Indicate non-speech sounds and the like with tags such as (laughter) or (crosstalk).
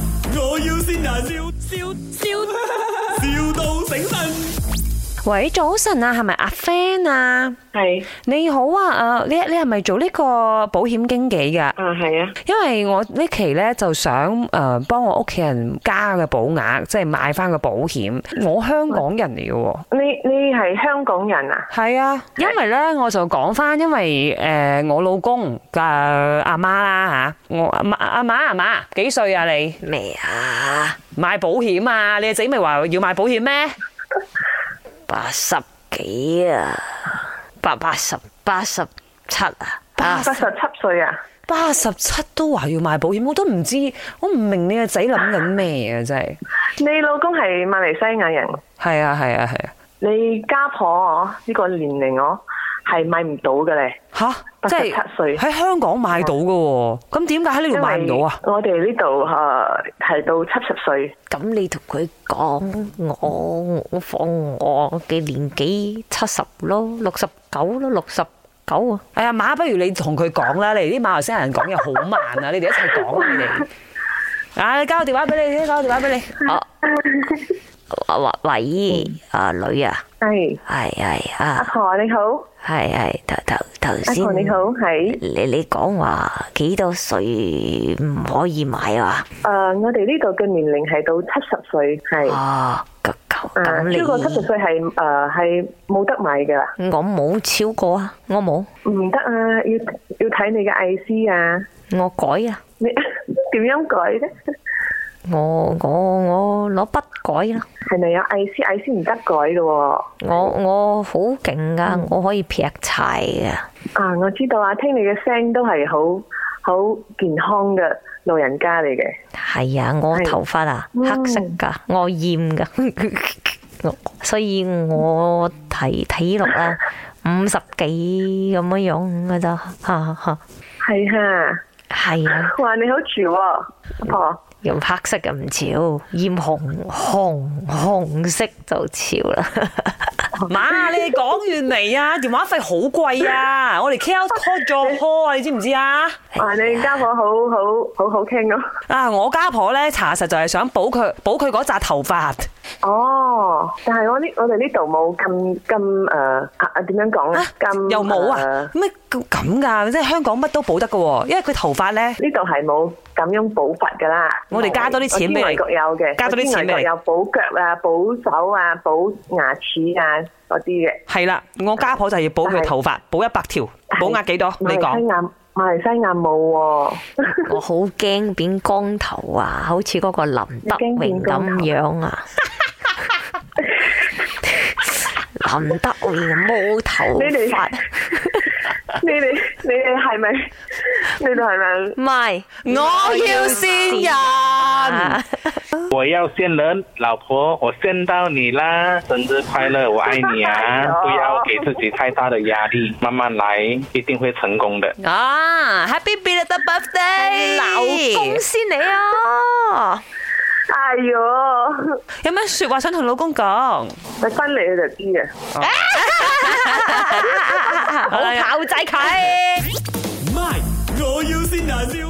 要先人，啊笑笑笑，,笑到醒神。喂，早晨啊，係咪阿 Fan 啊？係你好啊，誒，你你係咪做呢個保險經紀噶？啊，係啊，因為我呢期咧就想誒、呃、幫我屋企人加嘅保額，即係買翻個保險。我香港人嚟嘅喎。你你係香港人啊？係啊，因為咧我就講翻，因為诶、呃我老公嘅阿媽啦吓，我阿媽阿媽阿媽幾歲啊你？咩啊？買保險啊？你仔咪話要買保險咩？八十幾啊？八八十八十七啊？八八十七歲啊？八十七都話要買保險，我都唔知，我唔明你個仔諗緊咩啊！真係，你老公係馬來西亞人，係啊係啊係啊，你家婆我呢個年齡我係買唔到嘅咧，吓、即係87歲喺香港買到嘅喎，咁點解喺呢度買唔到啊？因為我哋呢度诶係到七十歲，咁你同佢講我我放我嘅年紀七十咯，六十九咯，六十九啊！哎呀馬，不如你同佢講啦，你哋啲馬來西亞人講嘢好慢啊，你哋一齊講啊你哋。啊！你交個電話俾你，交個電話俾你。啊哦啊喂啊女啊，係係係阿啊，婆你好，係係頭頭頭阿先婆你好，係你你講話幾多歲唔可以買啊？诶我哋呢度嘅年齡係到七十歲，係啊，咁咁啊咁超過七十你歲係诶系冇得買㗎，我冇超過啊，我冇，唔得啊，要要睇你嘅 I C 啊，我改啊，你 (laughs) 點樣改咧？我我我攞筆改啦，係咪有 I C I C 唔得改嘅喎、我我好勁噶，嗯我可以劈柴噶，啊，我知道啊，聽你嘅聲都係好好健康嘅老人家嚟嘅。係啊，我係頭髮啊嗯黑色噶，我染噶， (laughs) 我所以我睇睇落啊五十幾咁樣樣噶咋，哈哈，係啊，係啊。哇，你好住喎、阿婆。用黑色嘅唔潮，染紅紅紅色就潮啦。馬，你哋講完未啊？電話費好貴啊！我哋 call call 咗 call 啊，你知唔知啊？哇，你家婆好好好好傾咯。啊，我家婆咧查實就係想補佢補佢嗰扎頭髮。啊哦，但係我呢，我哋呢度冇咁咁誒啊點樣講啊？咁又冇呃啊？咩咁咁㗎？即係香港乜都保得㗎喎，因為佢頭髮咧。呢度係冇咁樣補法噶啦。我哋加多啲錢俾你我知外國有嘅，加多啲錢俾你我知外國有補腳啊、補手啊、補牙齒啊嗰啲嘅。係啦，我家婆就係要補佢但係頭髮，補一百條，係補額幾多？哦你馬來西講亞馬來西亞冇喎。我好驚變光頭啊，好似嗰個林德榮咁 (laughs) 樣啊。林德榮冇頭你哋髮， (laughs) 你哋你哋係咪？你哋係咪？唔係我要先嗯人。啊，我要见人，老婆，我见到你啦，生日快乐，我爱 (laughs) 你哎啊！呦不要给自己太大的压力，慢慢来，一定会成功的。啊，Happy belated birthday！老公先你啊！哎呦，有咩説話想同老公講？你翻嚟你就知嘅。好炮仔佢。 My，我要先人，笑